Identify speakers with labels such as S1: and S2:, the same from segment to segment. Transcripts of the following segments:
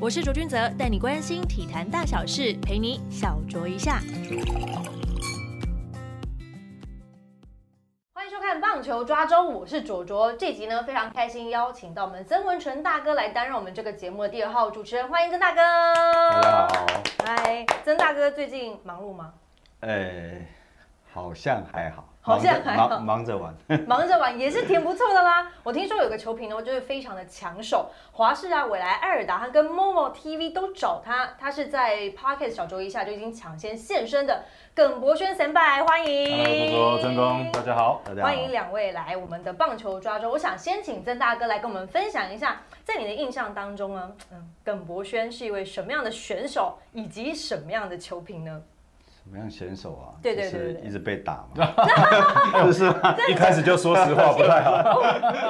S1: 我是卓君泽，带你关心体坛大小事，陪你小酌一下。
S2: 欢迎收看《棒球抓周》，我是卓卓。这集呢非常开心，邀请到我们曾文成大哥来担任我们这个节目的第二号主持人，欢迎曾大哥。
S3: 大家好，
S2: 嗨，曾大哥最近忙碌吗？
S3: 呃，好像还好，
S2: 好
S3: 忙着
S2: 像还好
S3: 忙忙着玩，
S2: 忙着玩也是挺不错的啦。我听说有个球评呢，就是非常的抢手，华视啊、未来、艾尔达他跟 Momo TV 都找他，他是在 Pocket 小周一下就已经抢先现身的耿博轩神拜，欢迎。
S4: 嗨，卓卓、真公，大家 好。
S3: 大家好
S2: 欢迎两位来我们的棒球抓周。我想先请曾大哥来跟我们分享一下，在你的印象当中呢，嗯，耿博轩是一位什么样的选手，以及什么样的球评呢？
S3: 什么样选手啊？
S2: 对对
S3: 就是
S2: 对对对
S3: 一直被打 嘛，就是
S4: 一开始就说实话不太 好，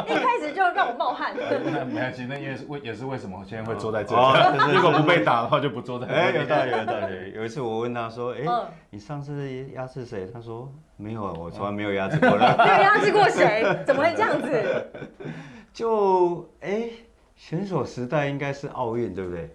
S2: 一开始就让我冒汗。
S4: 那没关系，那因为是为也是为什么我现在会坐在这
S3: 哦
S4: 里。如果不被打的话，就不坐在
S3: 哎，
S4: 这
S3: 有
S4: 里。
S3: 道理有道理。有一次我问 他说，哎
S2: 嗯，
S3: 你上次压制谁？他说没有啊，我从来没有压制过 人。
S2: 没有压制过谁？怎么会这样子？
S3: 就哎，选手时代应该是奥运对不对？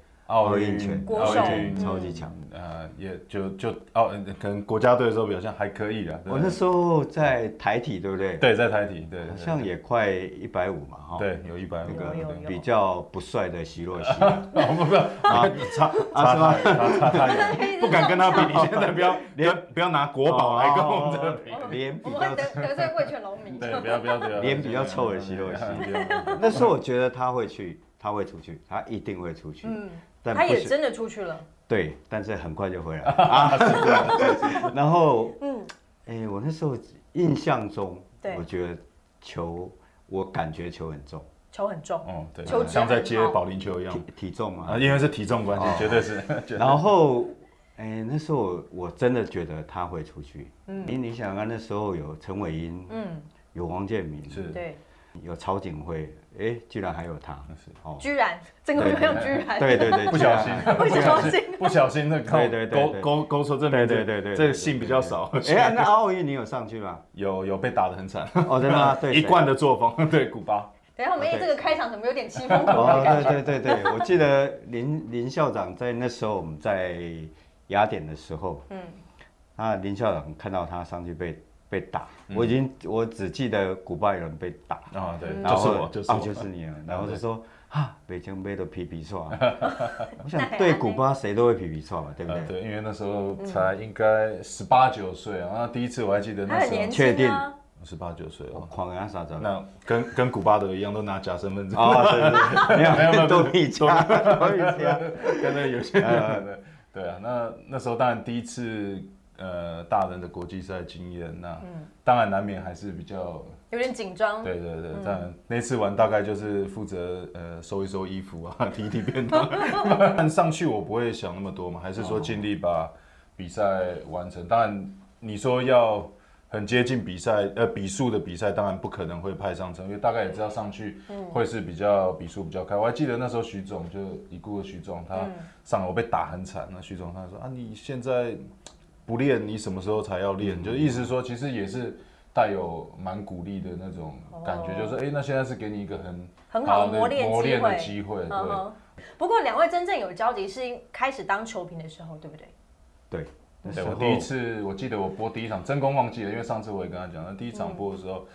S3: 拳，
S2: 国
S3: 奥
S2: 手嗯
S3: 运拳超级强。
S4: 呃，也就就哦，可能国家队的时候表现还可以啦。啊对
S3: 我那时候在台体对不对？，
S4: 对在台体，对，对
S3: 好像也快一百五嘛哈。。
S4: 对有一百
S3: 那
S4: 五，
S3: 个
S2: 有有有
S3: 比较不帅的席 洛西，
S4: 哦不不啊， 差
S3: 啊是吗
S4: 差差差太远，不敢跟他比。你现在不 要不要不要拿国宝来跟我们这个 比。
S3: 哦脸
S2: 我
S3: 比
S2: 们会
S3: 较
S2: 得得罪味全龙迷。
S4: 对，不要不要不要。
S3: 脸比较臭的西洛西
S4: 不要不要
S3: 那时候我觉得他会去，他会出去，他一定会出去。
S2: 嗯，
S3: 但
S2: 他
S3: 不
S2: 也
S3: 是
S2: 真的出去了。
S3: 对，但是很快就 回来了啊。然后，
S2: 嗯，
S3: 哎、我那时候印象中，
S2: 对
S3: 我觉得球，我感觉球很重，
S2: 球很重。
S4: 哦，对
S2: 求，职
S4: 像在
S2: 很
S4: 接
S2: 好
S4: 保龄球一样
S3: 体。体重嘛。
S4: 啊，因为是体重关
S3: 哦
S4: 系，绝 对是。绝对
S3: 然后，哎、那时候我我真的觉得他会出去。
S2: 嗯
S3: 你你想啊，那时候有陈伟英，
S2: 嗯，
S3: 有王建民，
S4: 是
S2: 对，
S3: 有曹景辉，哎、居然还有他。哦，
S2: 居然整个流量居然。
S3: 对对对，啊
S4: 不小心，
S2: 不小心
S4: 不小心的
S3: 对对对
S4: 勾
S3: 对
S4: 勾勾错这名字，
S3: 对对对对
S4: 这个姓比较少，
S3: 居然。哎、那奥运你有上去吗？
S4: 有有被打得很惨，
S3: 哦，真的吗？对，
S4: 一
S3: 谁
S4: 贯的作风， 对古巴，
S2: 等一下我们
S4: 对
S2: 这个开场怎么有点欺风头
S3: 哦
S2: 的，感觉？
S3: 对对对对，我记得林林校长在那时候我们在雅典的时候，
S2: 嗯，
S3: 那林校长看到他上去被被打，
S4: 嗯
S3: 我已经我只记得古巴有人被打，
S4: 啊对，
S3: 然
S4: 就
S3: 后
S4: 是我，就是
S3: 哦
S4: 我，
S3: 嗯就是你了，然后就说啊，北京杯的皮皮错， 我想
S2: 那还
S3: 对
S2: 安
S3: 古
S2: 内
S3: 巴谁都会皮皮错嘛，对不
S4: 呃
S3: 对？
S4: 对，因为那时候才应该十八九岁啊，那第一次我还记得
S2: 嗯他
S4: 那
S2: 很
S4: 时
S2: 年
S4: 候
S3: 确
S2: 轻
S3: 定
S2: 啊。
S4: 十八九岁
S3: 我
S4: 哦，
S3: 狂给他啥子？
S4: 那跟跟古巴的一样，都拿假身份 证，
S3: 哦，对对对，
S4: 没有
S3: 没
S4: 没
S3: 有，
S4: 有
S3: 都比加，都比加。
S4: 跟那个有些
S3: 哎
S4: 人， 对啊，那那时候当然第一次呃大人的国际赛经验，那
S2: 嗯
S4: 当然难免还是比较
S2: 有点紧张，
S4: 对对对，但那次玩大概就是负责呃收一收衣服啊， 提一提便当。但上去我不会想那么多嘛，还是说尽力把比赛完成。当然，你说要很接近比赛呃比数的比赛，当然不可能会派上阵，因为大概也知道上去
S2: 嗯
S4: 会是比较比数比较开。我还记得那时候徐总就已故的徐总，他
S2: 嗯
S4: 上来我被打很惨，那徐总他说啊你现在不练，你什么时候才要练？就意思说，其实也是带有蛮鼓励的那种感觉，
S2: 哦
S4: 就是哎、诶那现在是给你一个很
S2: 很好的
S4: 的
S2: 磨练
S4: 磨练的
S2: 机
S4: 机会，对。
S2: 嗯哼。不过两位真正有交集是开始当球评的时候，对不对？
S3: 对，那时
S4: 对
S3: 候
S4: 我第一次，我记得我播第一场，真功忘记了，因为上次我也跟他讲，那第一场播的时
S2: 嗯
S4: 候，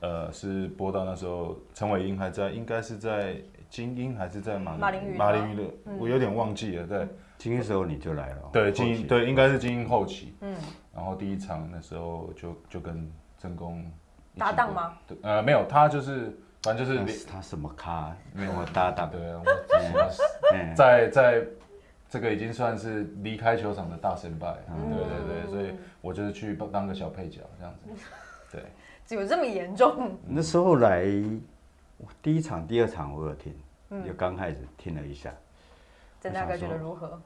S4: 呃，是播到那时候陈伟英还在，应该是在精英还是在马
S2: 马林鱼
S4: 马
S2: 吗嗯
S4: 林鱼的，我有点忘记了，对。
S3: 今天时候你就来了哦，
S4: 对，
S3: 后
S4: 精英
S3: 期
S4: 对，应该是精英后期。
S2: 嗯
S4: 嗯，然后第一场那时候就就跟真宫一起
S2: 搭档
S4: 过
S2: 吗？嗯
S4: 对，呃，没有，他就是反正就是
S3: 那
S4: 连
S3: 是他什么咖？跟我搭档，
S4: 对，我我
S3: 哎
S4: 在在这个已经算是离开球场的大神拜，
S3: 嗯
S4: 对对对，所以我就是去当个小配角这样子。 对，
S2: 有这么严重？
S3: 那时候来，我第一场、第二场我有听，
S2: 嗯
S3: 就刚开始听了一下，
S2: 郑大哥觉得如何？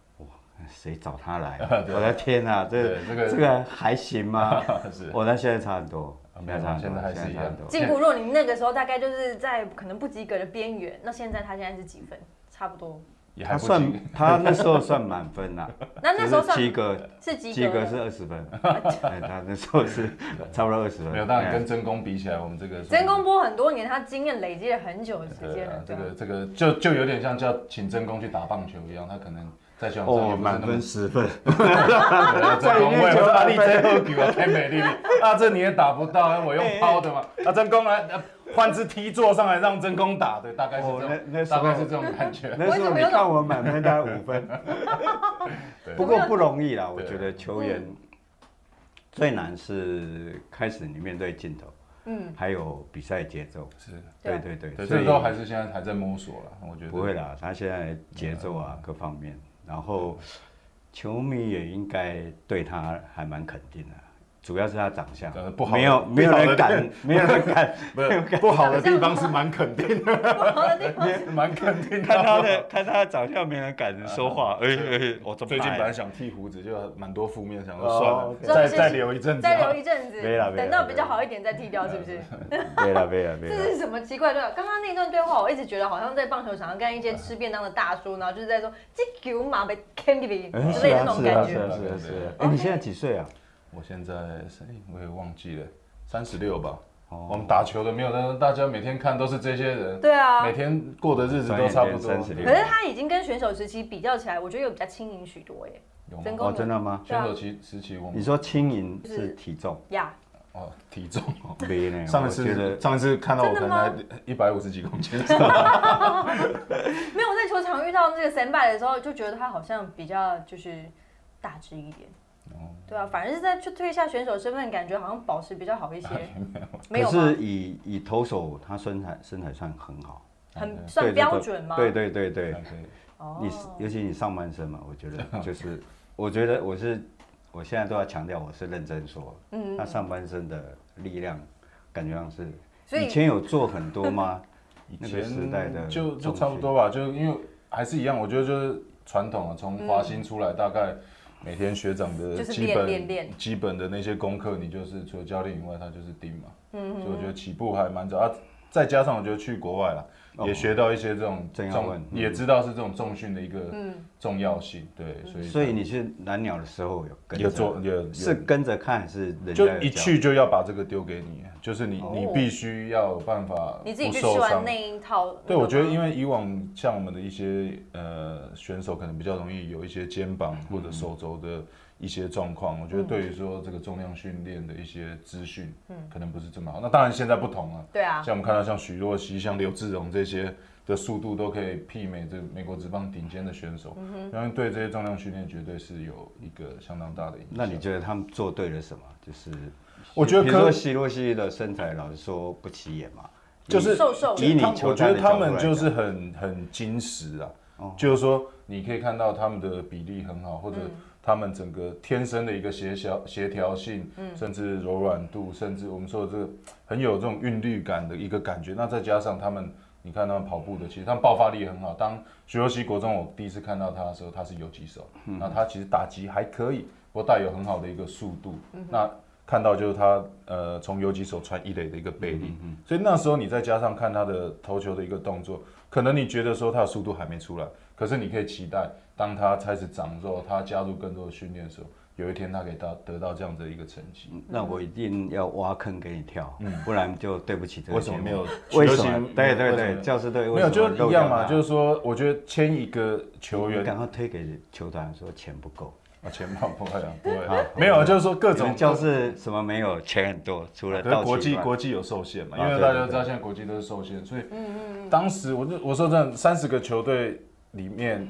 S3: 谁找他来啊？ 我的天啊，这
S4: 对
S3: 这
S4: 这
S3: 个
S4: 个
S3: 这个还行吗？
S4: 是
S3: 我那现在差很多，
S4: 啊没有啊现在还是一样
S3: 多。
S2: 进步若你那个时候大概就是在可能不及格的边缘，那现在他现在是几分？差不多
S4: 也还
S3: 他
S4: 不
S3: 算
S4: 及。
S3: 他那时候算满 分啦，
S2: 啊那那时候
S3: 只是
S2: 算
S3: 七个，
S2: 是及
S3: 七
S2: 格
S3: 个
S2: 的，
S3: 是二十分，哎他那时候 是差不多二十分。
S4: 没有，当然
S3: 哎
S4: 跟真功比起来，我们这个算
S2: 真公播很多年，他经验累积了很久的时
S4: 对
S2: 间
S4: 啊
S2: 了，，
S4: 这
S2: 对
S4: 个
S2: 吧？
S4: 这个就就有点像叫请真功去打棒球一样，他可能在球场上
S3: 哦
S4: 也不是
S3: 满
S4: 那
S3: 分
S4: 么
S3: 十 分，
S4: 对真功，我也
S3: 在
S4: 说啊，你
S3: 里面
S4: 真后球啊，太美丽了，啊这你也打不到，啊我用抛的嘛，啊真功来呃换只踢坐上来让真功打，对，大概是
S3: 哦那
S4: 这
S3: 那
S4: 种，
S3: 时候
S4: 大概是这种感觉。
S3: 那时候你看我满分大概五分，
S4: 对
S3: 不过不容易啦，我
S4: 对
S3: 觉得球员最难是开始你面对镜头，
S2: 嗯，
S3: 还有比赛节奏。
S4: 是，
S2: 对
S3: 对对对，
S4: 对，
S3: 所
S4: 这
S3: 以
S4: 都还是现在还在摸索了，我觉得嗯
S3: 不会啦，他现在节奏啊各方面，然后球迷也应该对他还蛮肯定的，主要是他长相
S4: 呃不好
S3: 没有没有人 敢，没有人敢
S4: 不 是不好的地方是蛮肯定的，
S3: 啊
S2: 不 好的地方是
S4: 蛮肯定
S3: 看他的看他的长相，没人敢说话。哎哎，我怎么
S4: 啊最近
S3: 办
S4: 本来想剃胡子，就蛮多负面，想
S3: 哦
S4: 说算了，
S2: 就
S3: OK
S4: 再
S2: 是
S4: 再留一阵子好
S2: 再
S4: 了。
S2: 留一阵子
S3: 没啦没，啦
S2: 等到比较好一点再剃掉，是不是？
S3: 没了没了没
S2: 这
S3: 了。
S2: 是什么奇怪的？刚刚那段对话，我一直觉得好像在棒球场上跟一些吃便当的大叔，然后就是在说“这球马被 candy”
S3: 哎
S2: 之类的那种
S3: 是
S2: 感
S3: 啊
S4: 觉
S3: 是啊是啊是啊。哎，你现在几岁啊？
S4: 我现在谁我也忘记了，三十六吧。
S3: 哦
S4: 我们打球的没有，但是大家每天看都是这些人，
S2: 对啊
S4: 每，天过的日子都差不多。
S3: 转眼间36
S2: 可是他已经跟选手时期比较起来，我觉得又比较轻盈许多耶。
S4: 有
S2: 真
S4: 吗？
S2: 功
S3: 哦，真的吗？
S4: 选手期时期我
S3: 你
S4: 们
S3: 说轻盈是体重？
S2: 呀，
S4: 哦体重，
S3: 哦没呢，
S4: 上一
S3: 我觉
S4: 次
S3: 得
S4: 上一次看到我可
S2: 真的
S4: 能
S2: 吗
S4: 还一百五十几公斤，
S2: 没有我在球场遇到那个 s a n b y 的时候，就觉得他好像比较就是大只一点。
S4: 哦
S2: 对啊，反而是在去退下选手身份，感觉好像保持比较好一 些。没有
S3: 可
S2: 吗
S3: 是？以以投手，他身材身材算很好，
S2: 很
S3: 对
S2: 算
S3: 对
S2: 标
S3: 对
S2: 准吗？
S3: 对对对对，
S2: 哦
S3: 你是尤其你上半身嘛，我觉 得就是，我觉得我是，我现在都要强调，我是认真说，
S2: 嗯
S3: 他上半身的力量感觉上是，
S2: 所以
S3: 以前有做很多吗？
S4: 以
S3: 那个时代的
S4: 前就就
S3: 重
S4: 差不多吧，就因为还是一样，我觉得就是传统啊，从华新出来大概。每天学长
S2: 嗯就
S4: 的
S2: 是
S4: 基
S2: 练
S4: 本
S2: 练练
S4: 基本的那些功课，你就是除了教练以外，他就是盯嘛。嗯所以我觉得起步还蛮早啊，再加上我觉得去国外啦，也学到一些这种
S3: 哦正要问
S4: 重，
S3: 嗯
S4: 也知道是这种重训的一个
S2: 嗯
S4: 重要性。对，所以
S3: 所以你去蓝鸟的时候有跟着
S4: 有做有有
S3: 是跟着看还是人家
S4: 就
S3: 有
S4: 一
S3: 教
S4: 去就要把这个丢给你，就是你你
S2: 哦
S4: 必须要有办法
S2: 你自己
S4: 不
S2: 去
S4: 受
S2: 吃完
S4: 伤
S2: 那一套，
S4: 对，我觉得因
S2: 为
S4: 为以往像我们的一些呃选手，可能比较容易有一些肩膀或者手肘的一些状况。我觉得对于说这个重量训练的一些资讯，嗯，可能不是这么好。那当然现在不同了，
S2: 对啊，
S4: 像我们看到像许若曦、像刘志荣这些的速度都可以媲美这美国职棒顶尖的选手，因为对这些重量训练绝对是有一个相当大的影响。
S3: 那你觉得他们做对了什么？就是
S4: 我觉得
S3: 比如说
S4: 科
S3: 西洛西的身材，老实说不起眼嘛，
S4: 就是
S2: 瘦瘦
S3: 以
S2: 的，
S3: 你
S4: 他
S3: 球
S4: 我觉
S3: 探
S4: 得
S3: 的
S4: 他
S3: 角度
S4: 们
S3: 来
S4: 就
S3: 讲哦
S4: 是很很矜持啊，就是说你可以看到他们的比例很好，或者他们整个天生的一个协调协调性，甚至柔软度，甚至我们说的这个很有这种韵律感的一个感觉。那再加上他们，你看他们跑步的，其实他们爆发力也很好。当徐若曦国中我第一次看到他的时候，他是游击手，
S3: 嗯
S4: 那他其实打击还可以，不过带有很好的一个速度。那看到就是他呃从游击手传一垒的一个
S3: 嗯
S4: 背力，所以那时候你再加上看他的投球的一个动作，可能你觉得说他的速度还没出来，可是你可以期待，当他开始长肉，他加入更多的训练的时候，有一天他可以到得到这样的一个成绩。
S3: 那我一定要挖坑给你跳，不然就对不起这个
S4: 嗯为什么
S3: 节目
S4: 没有
S3: 为
S4: 球
S3: 什
S4: 星
S3: 么？对对
S4: 为什么没有
S3: 对，教师队为
S4: 没有，
S3: 什
S4: 就
S3: 么
S4: 是
S3: 漏
S4: 一样
S3: 掉
S4: 嘛，
S3: 他
S4: 就是说，我觉得签一个球
S3: 你
S4: 员
S3: 赶快推给球团说钱不够，
S4: 啊，钱包不会啊，不会啊，没有，就是说各
S3: 你
S4: 种啊
S3: 们教室什么没有，钱很多，除了
S4: 可是
S3: 道
S4: 国际
S3: 奇以外
S4: 国际有受限嘛，
S3: 啊
S4: 因
S3: 对
S4: 为大家
S3: 对
S4: 都知道现在国际都是受限，所以当时我就我说真的，三十个球队里面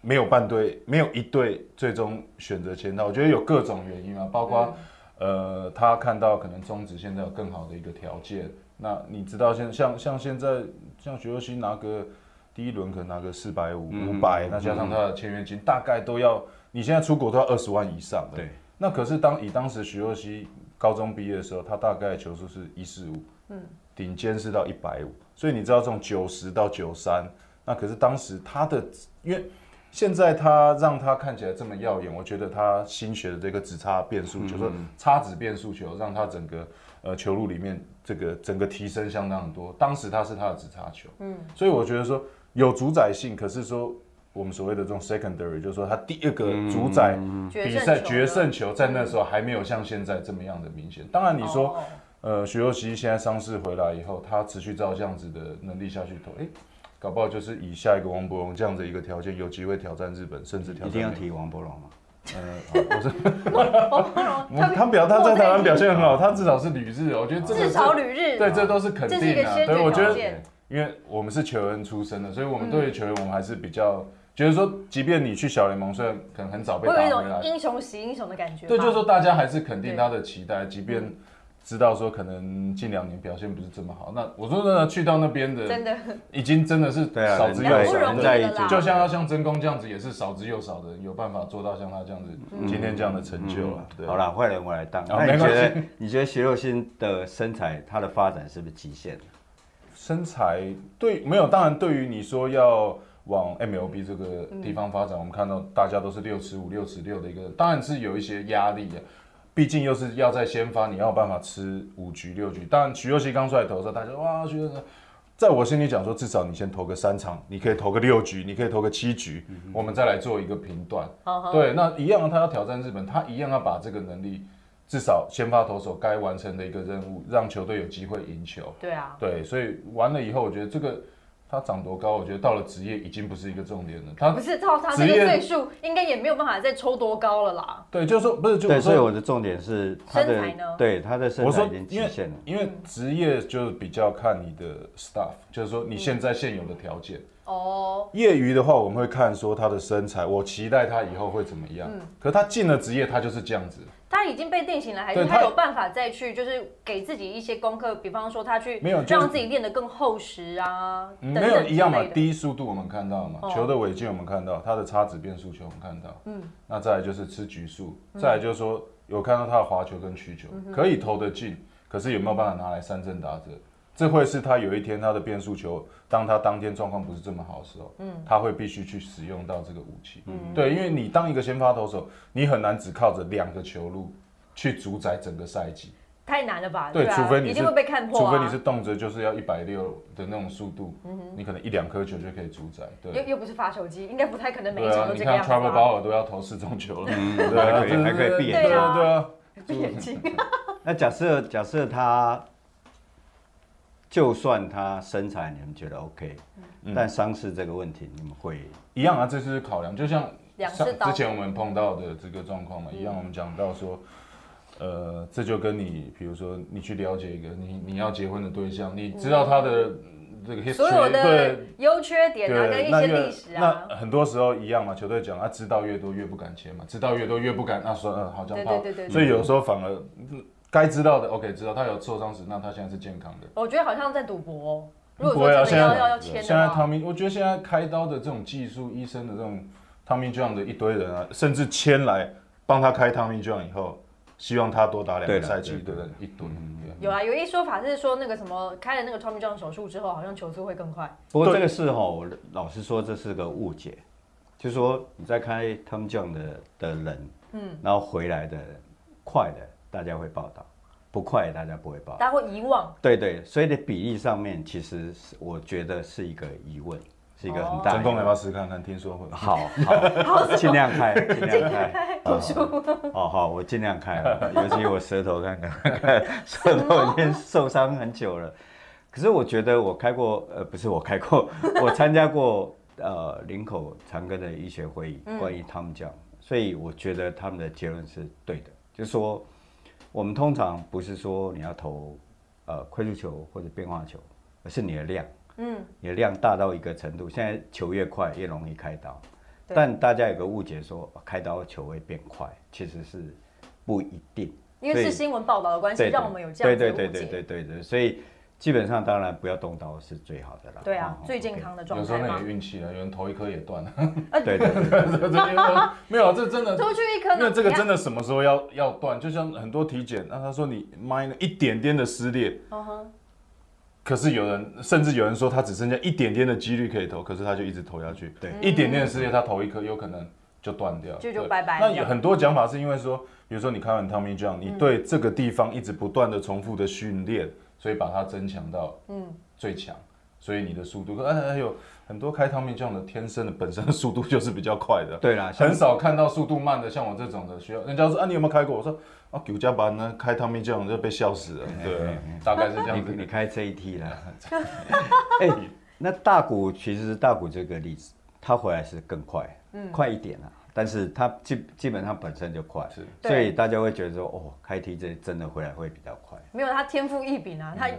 S4: 没有半队，没有一队最终选择签到，我觉得有各种原因啊，包括呃他看到可能中职现在有更好的一个条件，那你知道现像像现在像徐若曦拿个第一轮可能拿个四百五五
S3: 嗯
S4: 百，那加上他的签约金大概都要，你现在出国都要二十万以上的，
S3: 对，
S4: 那可是当以当时徐若曦高中毕业的时候，她大概球速是一四五，嗯，顶尖是到一百五，所以你知道这种九十到九三，那可是当时她的，因为现在她让她看起来这么耀眼，我觉得她新学的这个直差变速球，就是差子变速球，让她整个呃球路里面这个整个提升相当很多。当时她是她的直差球，嗯，所以我觉得说有主宰性，可是说我们所谓的这种 secondary，就是说他第二个主宰比赛决胜球，在那时候还没有像现在这么样的明显。当然，你说
S2: 嗯哦
S4: 呃，徐若曦现在伤势回来以后，他持续照这样子的能力下去投，哎、搞不好就是以下一个王柏荣这样的一个条件，有机会挑战日本，甚至挑
S3: 一
S4: 战
S3: 定要
S4: 美国。
S3: 提王伯龙嘛。
S4: 呃，好 我是
S2: 王柏荣
S4: 我他表他在台湾表现很好，他至少是旅日，哦我觉得这个
S2: 至
S4: 是
S2: 少旅日，
S4: 对，这都是肯
S2: 这是一个
S4: 定的。啊
S2: 先决
S4: 对，我觉
S2: 条
S4: 得
S2: 件嗯
S4: 因为我们是球员出身的，所以我们对于球员我们还是比较觉得说，即便你去小联盟，虽然可能很早被
S2: 会
S4: 打
S2: 有一
S4: 回来
S2: 种，英雄惜英雄的感觉吧。
S4: 对，就是说大家还是肯定他的期待，即
S3: 嗯
S4: 便知道说可能近两年表现不是这么好。那我说真的，去到那边
S2: 真
S4: 的
S2: 的
S4: 已经真的是
S3: 对啊，
S4: 少
S3: 人
S4: 之
S3: 在
S4: 又
S2: 不
S4: 少
S2: 容易
S3: 人
S4: 的，
S3: 在
S2: 了
S3: 一
S2: 啦
S3: 起，
S4: 就像要像真宫这样子，也是少之又少的人有办法做到像他这样子
S3: 嗯
S4: 今天这样的成就了。啊对
S3: 好，啦，坏人我来当。
S4: 好
S3: 那你觉
S4: 没
S3: 得你觉得徐若欣的身材，她的发展是不是极限了？
S4: 身材对没有，当然对于你说要往 MLB 这个
S2: 嗯
S4: 地方发展，我们看到大家都是六尺五、六尺六的一个，当然是有一些压力啊。毕竟又是要在先发，你要有办法吃五局六局。当然，徐若曦刚出来投的时候，大家说哇，徐若曦，在我心里讲说，至少你先投个三场，你可以投个六局，你可以投个七局，我们再来做一个评断。
S2: 嗯好好
S4: 对，那一样啊，他要挑战日本，他一样要把这个能力，至少先发投手该完成的一个任务，让球队有机会赢球。
S2: 对啊，
S4: 对，所以完了以后，我觉得这个他长多高，我觉得到了职业已经不是一个重点了。他
S2: 不是照他这
S4: 职
S2: 个
S4: 业
S2: 岁数，应该也没有办法再抽多高了啦。
S4: 对，就是说不是，就
S3: 对，
S4: 我
S3: 所以
S4: 说，
S3: 我的重点是她
S2: 身材呢
S3: 的，对她的身
S4: 我
S3: 材
S4: 说
S3: 已经
S4: 因
S3: 极
S4: 为
S3: 限了。
S4: 因为职业就是比较看你的 staff，就是说
S2: 嗯
S4: 你现在现有的条件。
S2: 哦，
S4: 业余的话，我们会看说他的身材，我期待他以后会怎么样。
S2: 嗯
S4: 可他进了职业，他就是这样子，
S2: 他已经被定型了，还是
S4: 对
S2: 他
S4: 他
S2: 有办法再去，就是给自己一些功课，比方说他去
S4: 没有就是
S2: 让自己练得更厚实啊，
S4: 嗯
S2: 等
S4: 没
S2: 等
S4: 有一样嘛
S2: 之。类的
S4: 第一速度我们看到嘛
S2: 哦，
S4: 球的尾劲我们看到，他的叉子变速球我们看到。
S2: 嗯
S4: 那再来就是吃局数，再来就是说有看到他的滑球跟曲球、
S2: 嗯
S4: 可以投得进，可是有没有办法拿来三振打者？这会是他有一天他的变速球，当他当天状况不是这么好的时候，嗯，他会必须去使用到这个武器。嗯，对，因为你当一个先发投手，你很难只靠着两个球路去主宰整个赛季，
S2: 太难了吧？
S4: 对
S2: 啊
S4: 除非
S2: 一
S4: 你是
S2: 定会被看破
S4: 除
S2: 啊。
S4: 非你是动辄就是要一百六的那种速度，
S2: 嗯
S4: 你可能一两颗球就可以主宰。
S2: 又
S4: 对，
S2: 又不是发手机，应该不太可能每
S4: 对
S2: 一场
S4: 啊，
S2: 都
S4: 你
S2: 这个样子
S4: 看 t r a v e r
S2: 吧。
S4: 鲍尔都要投四中球了，
S3: 嗯，
S4: 对啊，
S3: 还可以还可以闭眼
S4: 对
S2: 睛
S4: 啊，对啊。
S2: 眼 睛
S3: 那假设假设他，就算他身材你们觉得 OK，、但伤势这个问题你们会
S4: 一样啊，这就是考量，就像
S2: 两
S4: 像
S2: 次嗯刀
S4: 之前我们碰到的这个状况嘛，一样我们讲到说，呃，这就跟你比如说你去了解一个你你要结婚的对象，你知道他的嗯这个 history，
S2: 所有的
S4: 对。
S2: 优缺点啊，跟
S4: 对，
S2: 一
S4: 那
S2: 些
S4: 越
S2: 历史啊
S4: 那，很多时候一样嘛，球队讲啊，知道越多越不敢签嘛，知道越多越不敢，那说嗯好像
S2: 对
S4: 怕，
S2: 对对对对
S4: 所以有时候反而嗯该知道的 OK 知道，他有受伤史，那他现在是健康的，
S2: 我觉得好像在赌博哦。如果
S4: 不会
S2: 说
S4: 啊
S2: 真的要
S4: 现在
S2: 要要签
S4: 现在
S2: 的
S4: 汤
S2: 话，
S4: 米，我觉得现在开刀的这种技术，医生的这种汤米这样的一堆人啊，甚至签来帮他开汤米这样以后，希望他多打两
S3: 对
S4: 个
S3: 了
S4: 赛季
S3: 对
S4: 的人一堆。对
S2: 有啊，有一说法是说那个什么开了那个 Tommy John 手术之后，好像球速会更快。
S3: 不过
S4: 对
S3: 这个是哈，我老实说这是个误解，就说你在开他们这样的的人，嗯，然后回来的快的大家会报道，不快的大家不会报道。
S2: 大家会遗忘，
S3: 对对，所以的比例上面其实是我觉得是一个疑问，是一个很大
S4: 真
S3: 的疑
S4: 空
S3: 问。
S4: 要不要试看看？听说会。
S3: 好 好，尽量 开，尽量开。
S2: 不输。
S3: 哦，好，我尽量开了，尤其我舌头看看，舌头已经受伤很久了。可是我觉得我开过，呃，不是我开过， 我参加过呃林口长庚的医学会议，关于他们讲，所以我觉得他们的结论是对的，就是说我们通常不是说你要投呃快速球或者变化球，而是你的量，
S2: 嗯，
S3: 你的量大到一个程度，现在球越快越容易开刀，
S2: 对
S3: 但大家有个误解说哦开刀球会变快，其实是不一定。
S2: 因为是
S3: 对
S2: 新闻报道的关系，
S3: 对的
S2: 让我们有这样子的
S3: 对
S2: 误
S3: 对
S2: 解。
S3: 对对对对对，所以基本上当然不要动刀是最好的啦。
S2: 对啊
S3: 哦，
S2: 最健。康的状
S4: 有时
S2: 态
S4: 候那
S2: 嘛
S4: 也。运气啊，有人头一颗也断了。
S3: OK 对对对，
S4: 这这因为没有，这真的
S2: 出去一颗，
S4: 因为这个真
S2: 的，
S4: 的什么时候要要断，就像很多体检，那他说你 minor 一点点的撕裂，
S2: 嗯哼
S4: 可是有人甚至有人说他只剩下一点点的几率可以投，可是他就一直投下去，
S3: 对
S4: 一点点的撕裂他投一颗有可能就断掉，
S2: 就就
S4: 对
S2: 拜嗯拜
S4: 那
S2: 这
S4: 有
S2: 样
S4: 很多讲法是因为说，比如说你看完 Tommy John，你对这个地方一直不断的重复的训练，所以把它增强到
S2: 嗯
S4: 最强。所以你的速度，哎还有很多开汤面酱的天生的本身的速度就是比较快的，
S3: 对啦，像
S4: 很少看到速度慢的，像我这种的需要。人家说啊，你有没有开过？我说啊，酒家班呢，开汤面酱就被笑死了。对，啊大概是这样子。
S3: 你你开这一题啦。哎、那大股其实大股这个例子，它回来是更快，快一点啊。但是它基基本上本身就快，
S4: 是
S2: 对
S3: 所以大家会觉得说，哦，开 T 这真的回来会比较快。
S2: 没有他天赋异禀啊，他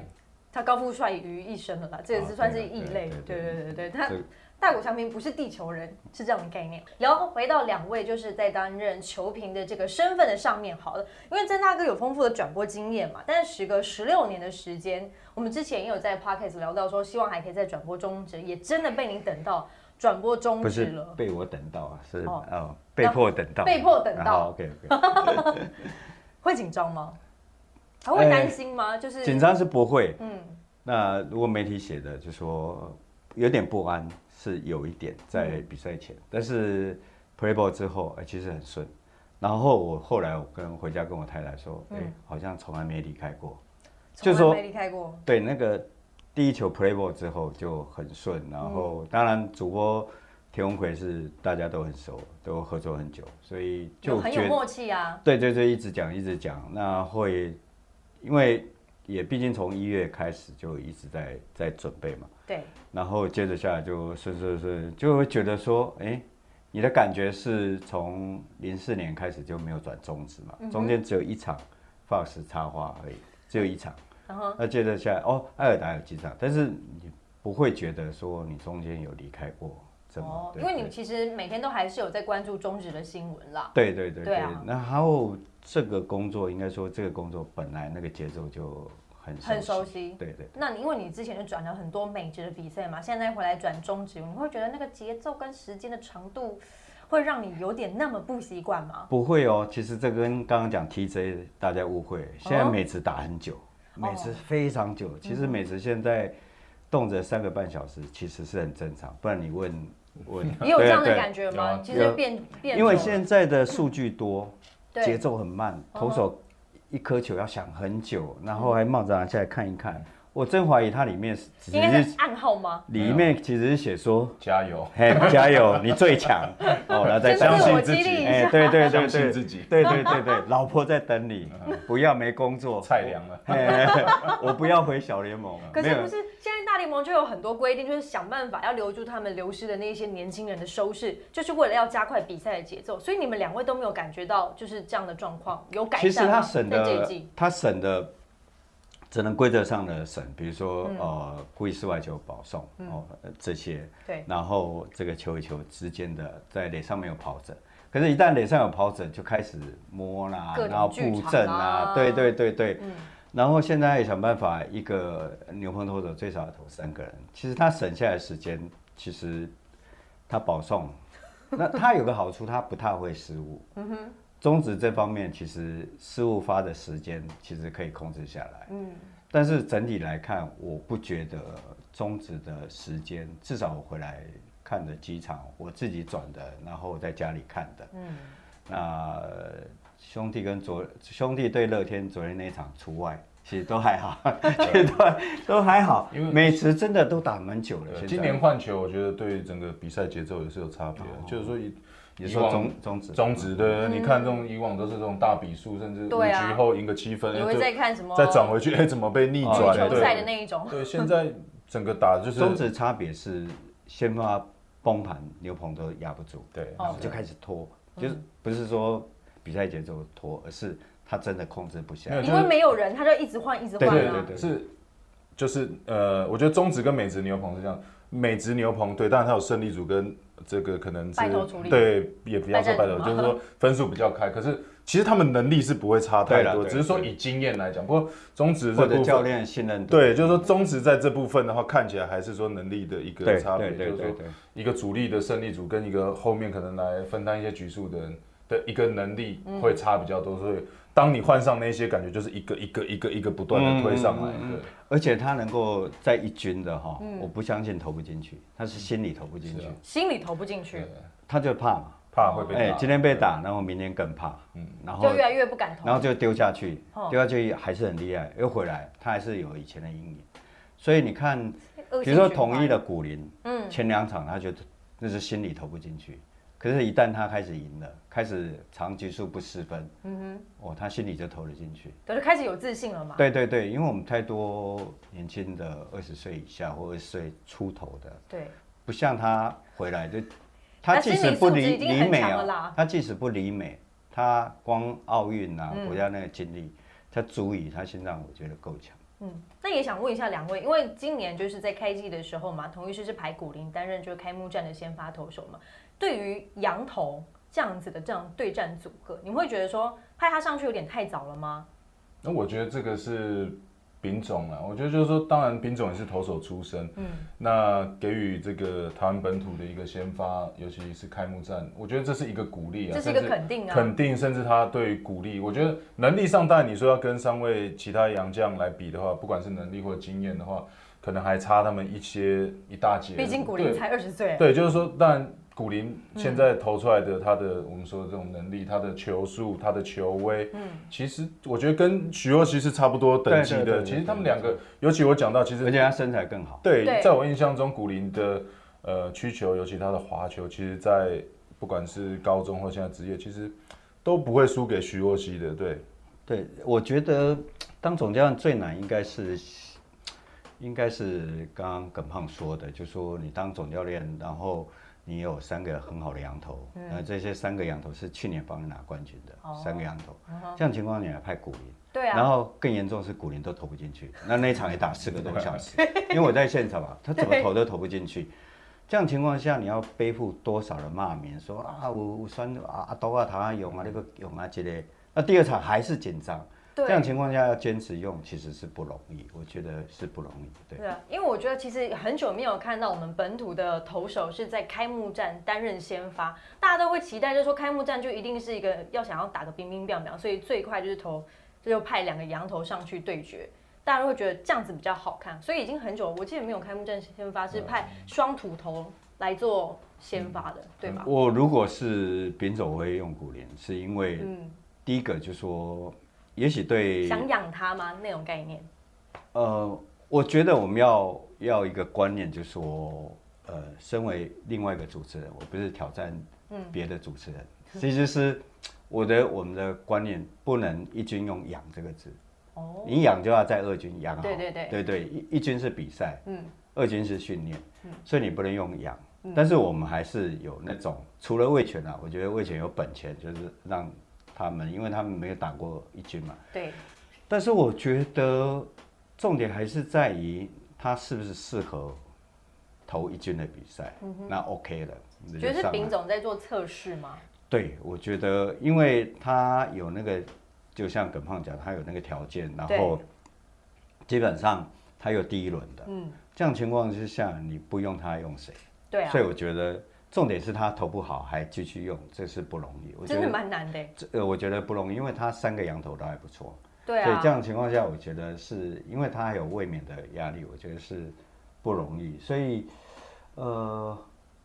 S2: 他高富帅于一身了啦，这也是
S3: 啊
S2: 算是
S3: 嗯对啊
S2: 异
S3: 对
S2: 类
S3: 对。
S2: 对
S3: 对
S2: 对对对，他
S3: 这个
S2: 大谷翔平不是地球人，是这样的概念。然后回到两位就是在担任球评的这个身份的上面好了，因为曾大哥有丰富的转播经验嘛，但是时隔十六年的时间，我们之前也有在 podcast 聊到说，希望还可以在转播中止，也真的被您等到转播中
S3: 不
S2: 止
S3: 是
S2: 了。
S3: 被我等到啊，是
S2: 哦
S3: 哦被迫等到，
S2: 被迫等到
S3: OK OK，
S2: 会紧张吗？还会担心吗？就是
S3: 呃紧，张是不会。
S2: 嗯，
S3: 那如果媒体写的，就说有点不安，是有一点
S2: 嗯
S3: 在比赛前，但是 play ball 之后，哎、其实很顺。然后我后来我跟回家跟我太太说，
S2: 嗯
S3: 哎、好像从来没离开过。
S2: 从
S3: 就
S2: 来
S3: 说
S2: 没离开过。
S3: 对，那个第一球 play ball 之后就很顺，然
S2: 嗯
S3: 后当然主播田文奎是大家都很熟，都合作很久，所以
S2: 有
S3: 就
S2: 很有
S3: 觉得
S2: 默契啊，
S3: 对对对，一直讲一直讲，那会因为也毕竟从一月开始就一直在在准备嘛，
S2: 对，
S3: 然后接着下来就顺顺顺，就会觉得说，哎、你的感觉是从零四年开始就没有转中止
S2: 嗯
S3: 嘛，中间只有一场 Fox 插花而已，只有一场。
S2: 然后
S3: 那接着下来，哦，埃尔达有几场，但是你不会觉得说你中间有离开过什么？
S2: 哦，
S3: 对
S2: 因为
S3: 对
S2: 你其实每天都还是有在关注中职的新闻啦。
S3: 对对对
S2: 对
S3: 对，
S2: 啊
S3: 然后这个工作应该说这个工作本来那个节奏就很熟悉
S2: 很熟悉
S3: 对对。
S2: 那你因为你之前就转了很多美职的比赛嘛，现在回来转中职，你会觉得那个节奏跟时间的长度会让你有点那么不习惯吗？
S3: 不会哦，其实这跟刚刚讲 TJ 大家误会，现在美职打很久，
S2: 哦
S3: 美职非常久。其实美职现在动辄三个半小时，其实是很正常。不然你问问，
S2: 也有这样
S3: 对
S2: 的
S3: 啊
S2: 感觉吗？
S4: 有啊
S2: 其实变变久了，
S3: 对因为现在的数据多，节
S2: 嗯对哦
S3: 奏很慢，投手一颗球要想很久，然
S2: 嗯
S3: 后还冒着拿下来看一看。我真怀疑它里面是只
S2: 应该
S3: 是
S2: 是暗号吗？
S3: 里面其实是写说
S4: 加油，
S3: 嘿，加油，你最强哦！然后再
S2: 真
S3: 相
S2: 的自
S3: 信
S2: 我
S3: 自
S2: 激励
S3: 己，
S2: 一
S3: 哎，
S2: 下，
S3: 对对对
S4: 相信
S3: 对，
S4: 自己
S3: 对对对对，老婆在等你，不要没工作，
S4: 菜凉啊了。
S3: 哎，我不要回小联盟，
S2: 可
S3: 没
S2: 是
S3: 有
S2: 不是现在大联盟就有很多规定，就是想办法要留住他们流失的那一些年轻人的收视，就是为了要加快比赛的节奏。所以你们两位都没有感觉到就是这样的状况有改善
S3: 其实他
S2: 吗
S3: 审
S2: 在这一
S3: 的
S2: 季，
S3: 他审的只能规则上的审，比如说
S2: 嗯
S3: 呃故意室外球保送哦呃这些，
S2: 对
S3: 然后这个球与球之间的在垒上没有跑者，可是，一旦垒上有跑者，就开始摸啦
S2: 各，种
S3: 然后
S2: 剧
S3: 布
S2: 场
S3: 阵
S2: 啊嗯
S3: 啊，对对对对，然后现在想办法，一个牛棚投手最少要投三个人，其实他省下来的时间，其实他保送，那他有个好处，他不太会失误。嗯哼，中职这方面其实失误发的时间其实可以控制下来。嗯，但是整体来看，我不觉得中职的时间，至少我回来看的机场，我自己转的，然后在家里看的。嗯，那兄弟跟昨兄弟对乐天昨天那一场除外。其实都还 好，其实都还都还好，
S4: 因为
S3: 每次真的都打蛮久了
S4: 对。
S3: 现在
S4: 今年换球，我觉得对整个比赛节奏也是有差别的，就是说以
S3: 也
S4: 以
S3: 说
S4: 往
S3: 中中职
S4: 中职对，啊你看这种以往都是这种大比数，甚至五
S2: 对啊
S4: 局后赢个七分，
S2: 你
S4: 哎
S2: 会
S4: 就
S2: 在看什么？
S4: 再转回去，哎，怎么被逆
S2: 羽
S4: 转？
S2: 球赛的
S4: 对
S2: 那一种。
S4: 对，现在整个打就是
S3: 中指差别是先发崩盘，牛棚都压不住，
S4: 哦对，嗯
S3: 然后就开始拖，就是不是说比赛节奏拖，而是他真的控制不下
S4: 没。有
S2: 因为没有人，他就一直换，一直换
S3: 对
S2: 啊。
S3: 对
S4: 是就是呃，我觉得中职跟美职牛棚是这样，美职牛棚对，当然它有胜利组跟这个可能是
S2: 败投处理
S4: 对，也不要说
S2: 败
S4: 败
S2: 战
S4: 头，
S2: 组
S4: 就是说分数比较开，可是。其实他们能力是不会差太
S3: 对啦
S4: 多，
S3: 对
S4: 只是说以经验来讲。不过中职这
S3: 或
S4: 部
S3: 者
S4: 分，
S3: 教练信任度，
S4: 对，就是说中职在这部分的话，看起来还是说能力的一个
S3: 对
S4: 差别，
S3: 对对
S4: 就是说
S3: 对对
S4: 一个主力的胜利组跟一个后面可能来分担一些局数的人的一个能力会差比较多，所以当你换上那些，感觉就是一个一个一个一个不断的推上
S3: 嗯
S4: 来，
S3: 而且他能够在一军的哈，我不相信投不进去，他是心里投不进去
S4: 嗯是啊，
S2: 心里投不进去
S4: 对，，
S3: 他就怕嘛，
S4: 怕会被
S3: 哎
S4: 打，
S3: 今天被打，然后明天更怕，嗯，然后
S2: 就越来越不敢投。
S3: 然后就丢下去
S2: 哦，
S3: 丢下去还是很厉害，又回来，他还是有以前的阴影。所以你看，
S2: 恶性
S3: 比如
S2: 循
S3: 说
S2: 环
S3: 统一的古林，
S2: 嗯
S3: 前两场他觉得那是心里投不进去，可是，一旦他开始赢了，开始长局数不失分，
S2: 嗯
S3: 哦，他心里就投得进去。
S2: 哼，对，就开始有自信了嘛。
S3: 对对对，因为我们太多年轻的二十岁以下或二十岁出头的，
S2: 对，
S3: 不像他回来就，
S2: 他
S3: 他即
S2: 心
S3: 使
S2: 理
S3: 不
S2: 素质
S3: 理
S2: 已经
S3: 理
S2: 很
S3: 美
S2: 强了啦
S3: 啊，他即使不理美，他光奥运啊
S2: 嗯
S3: 国家那个经历，他足以他心脏我觉得够强。
S2: 嗯，那也想问一下两位，因为今年就是在开季的时候嘛，同一师是排古林担任就是开幕战的先发投手嘛。对于羊头这样子的这样对战组合，你们会觉得说派他上去有点太早了吗？
S4: 那我觉得这个是丙种了，我觉得就是说，当然丙种也是投手出身，嗯，那给予这个台湾本土的一个先发，尤其是开幕战，我觉得这是一个鼓励啊，
S2: 这是一个
S4: 甚至
S2: 肯定啊
S4: 肯定，甚至他对于鼓励，我觉得能力上，当然你说要跟三位其他洋将来比的话，不管是能力或经验的话，可能还差他们一些一大截，
S2: 毕竟古
S4: 对
S2: 林才二十岁，
S4: 对，就是说，当然古林现在投出来的他的、我们说的这种能力，他的球速，他的球威，嗯，其实我觉得跟徐若曦是差不多等级的。
S3: 对对对对
S4: 其实他们两个，尤其我讲到，其实
S3: 而且他身材更好。
S4: 对，
S2: 对
S4: 在我印象中，古林的呃曲球，尤其他的滑球，其实在不管是高中或现在职业，其实都不会输给徐若曦的。对，
S3: 对，我觉得当总教练最难应该是，应该是刚刚耿胖说的，就说你当总教练，然后你有三个很好的羊头，那、这些三个羊头是去年帮你拿冠军的、
S2: 哦
S3: 三个羊头，这样情况你还派古林，
S2: 对啊，
S3: 然后更严重是古林都投不进去，那那一场也打四个多小时，因为我在现场嘛，啊他怎么投都投不进去。这样情况下，你要背负多少的骂名？说啊，我我酸啊啊，都啊，他啊用啊，那个用啊之类。那第二场还是紧张，
S2: 对
S3: 这样情况下要坚持用，其实是不容易，我觉得是不容易。对，
S2: 对啊，因为我觉得其实很久没有看到我们本土的投手是在开幕战担任先发，大家都会期待，就是说开幕战就一定是一个要想要打个冰冰凉凉，所以最快就是投，这就派两个羊头上去对决。大家都会觉得这样子比较好看，所以已经很久，我记得没有开幕战先发是派双土头来做先发的，对吧？
S3: 我如果是丙走，我会用古林，是因为
S2: 嗯，
S3: 第一个就说，也许对
S2: 想养他吗？那种概念，
S3: 呃，我觉得我们要要一个观念，就是说，呃，身为另外一个主持人，我不是挑战
S2: 嗯
S3: 别的主持人，其实是我的我们的观念不能一军用“养”这个字，
S2: 哦，
S3: 你养就要在二军养好，
S2: 对对对
S3: 对一一军是比赛，
S2: 嗯，
S3: 二军是训练，所以你不能用养。但是我们还是有那种，除了魏权啊，我觉得魏权有本钱，就是让他们，因为他们没有打过一军嘛，
S2: 对，
S3: 但是我觉得重点还是在于他是不是适合投一军的比赛，那 OK 了。嗯你就
S2: 嗯觉得是
S3: 上来
S2: 丙总在做测试吗？
S3: 对，我觉得因为他有那个，就像耿胖讲，他有那个条件，然后基本上他有第一轮的，
S2: 嗯，
S3: 这样情况之下，你不用他用谁？
S2: 对啊
S3: 所，以我觉得重点是他投不好还继续用，这是不容易。我觉
S2: 真的
S3: 得
S2: 蛮难的欸，
S3: 这呃，我觉得不容易，因为他三个羊头都还不错。
S2: 对
S3: 所以
S2: 啊
S3: 这，样的情况下，我觉得是因为他还有卫冕的压力，我觉得是不容易。所以，呃，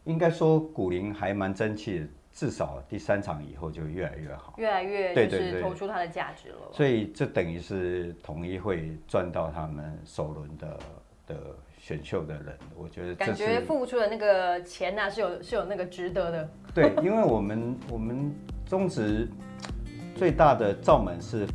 S3: 应该说古林还蛮争气的，至少第三场以后就越来越好。
S2: 越来越
S3: 对
S2: 就
S3: 对
S2: 是
S3: 对
S2: 投出它的价值了。
S3: 所以这等于是统一会赚到他们首轮的的选秀的人，我觉得这
S2: 感
S3: 是
S2: 觉付出的那个钱呐、是有是有那个值得的。
S3: 对，因为我们我们中职最大的罩门是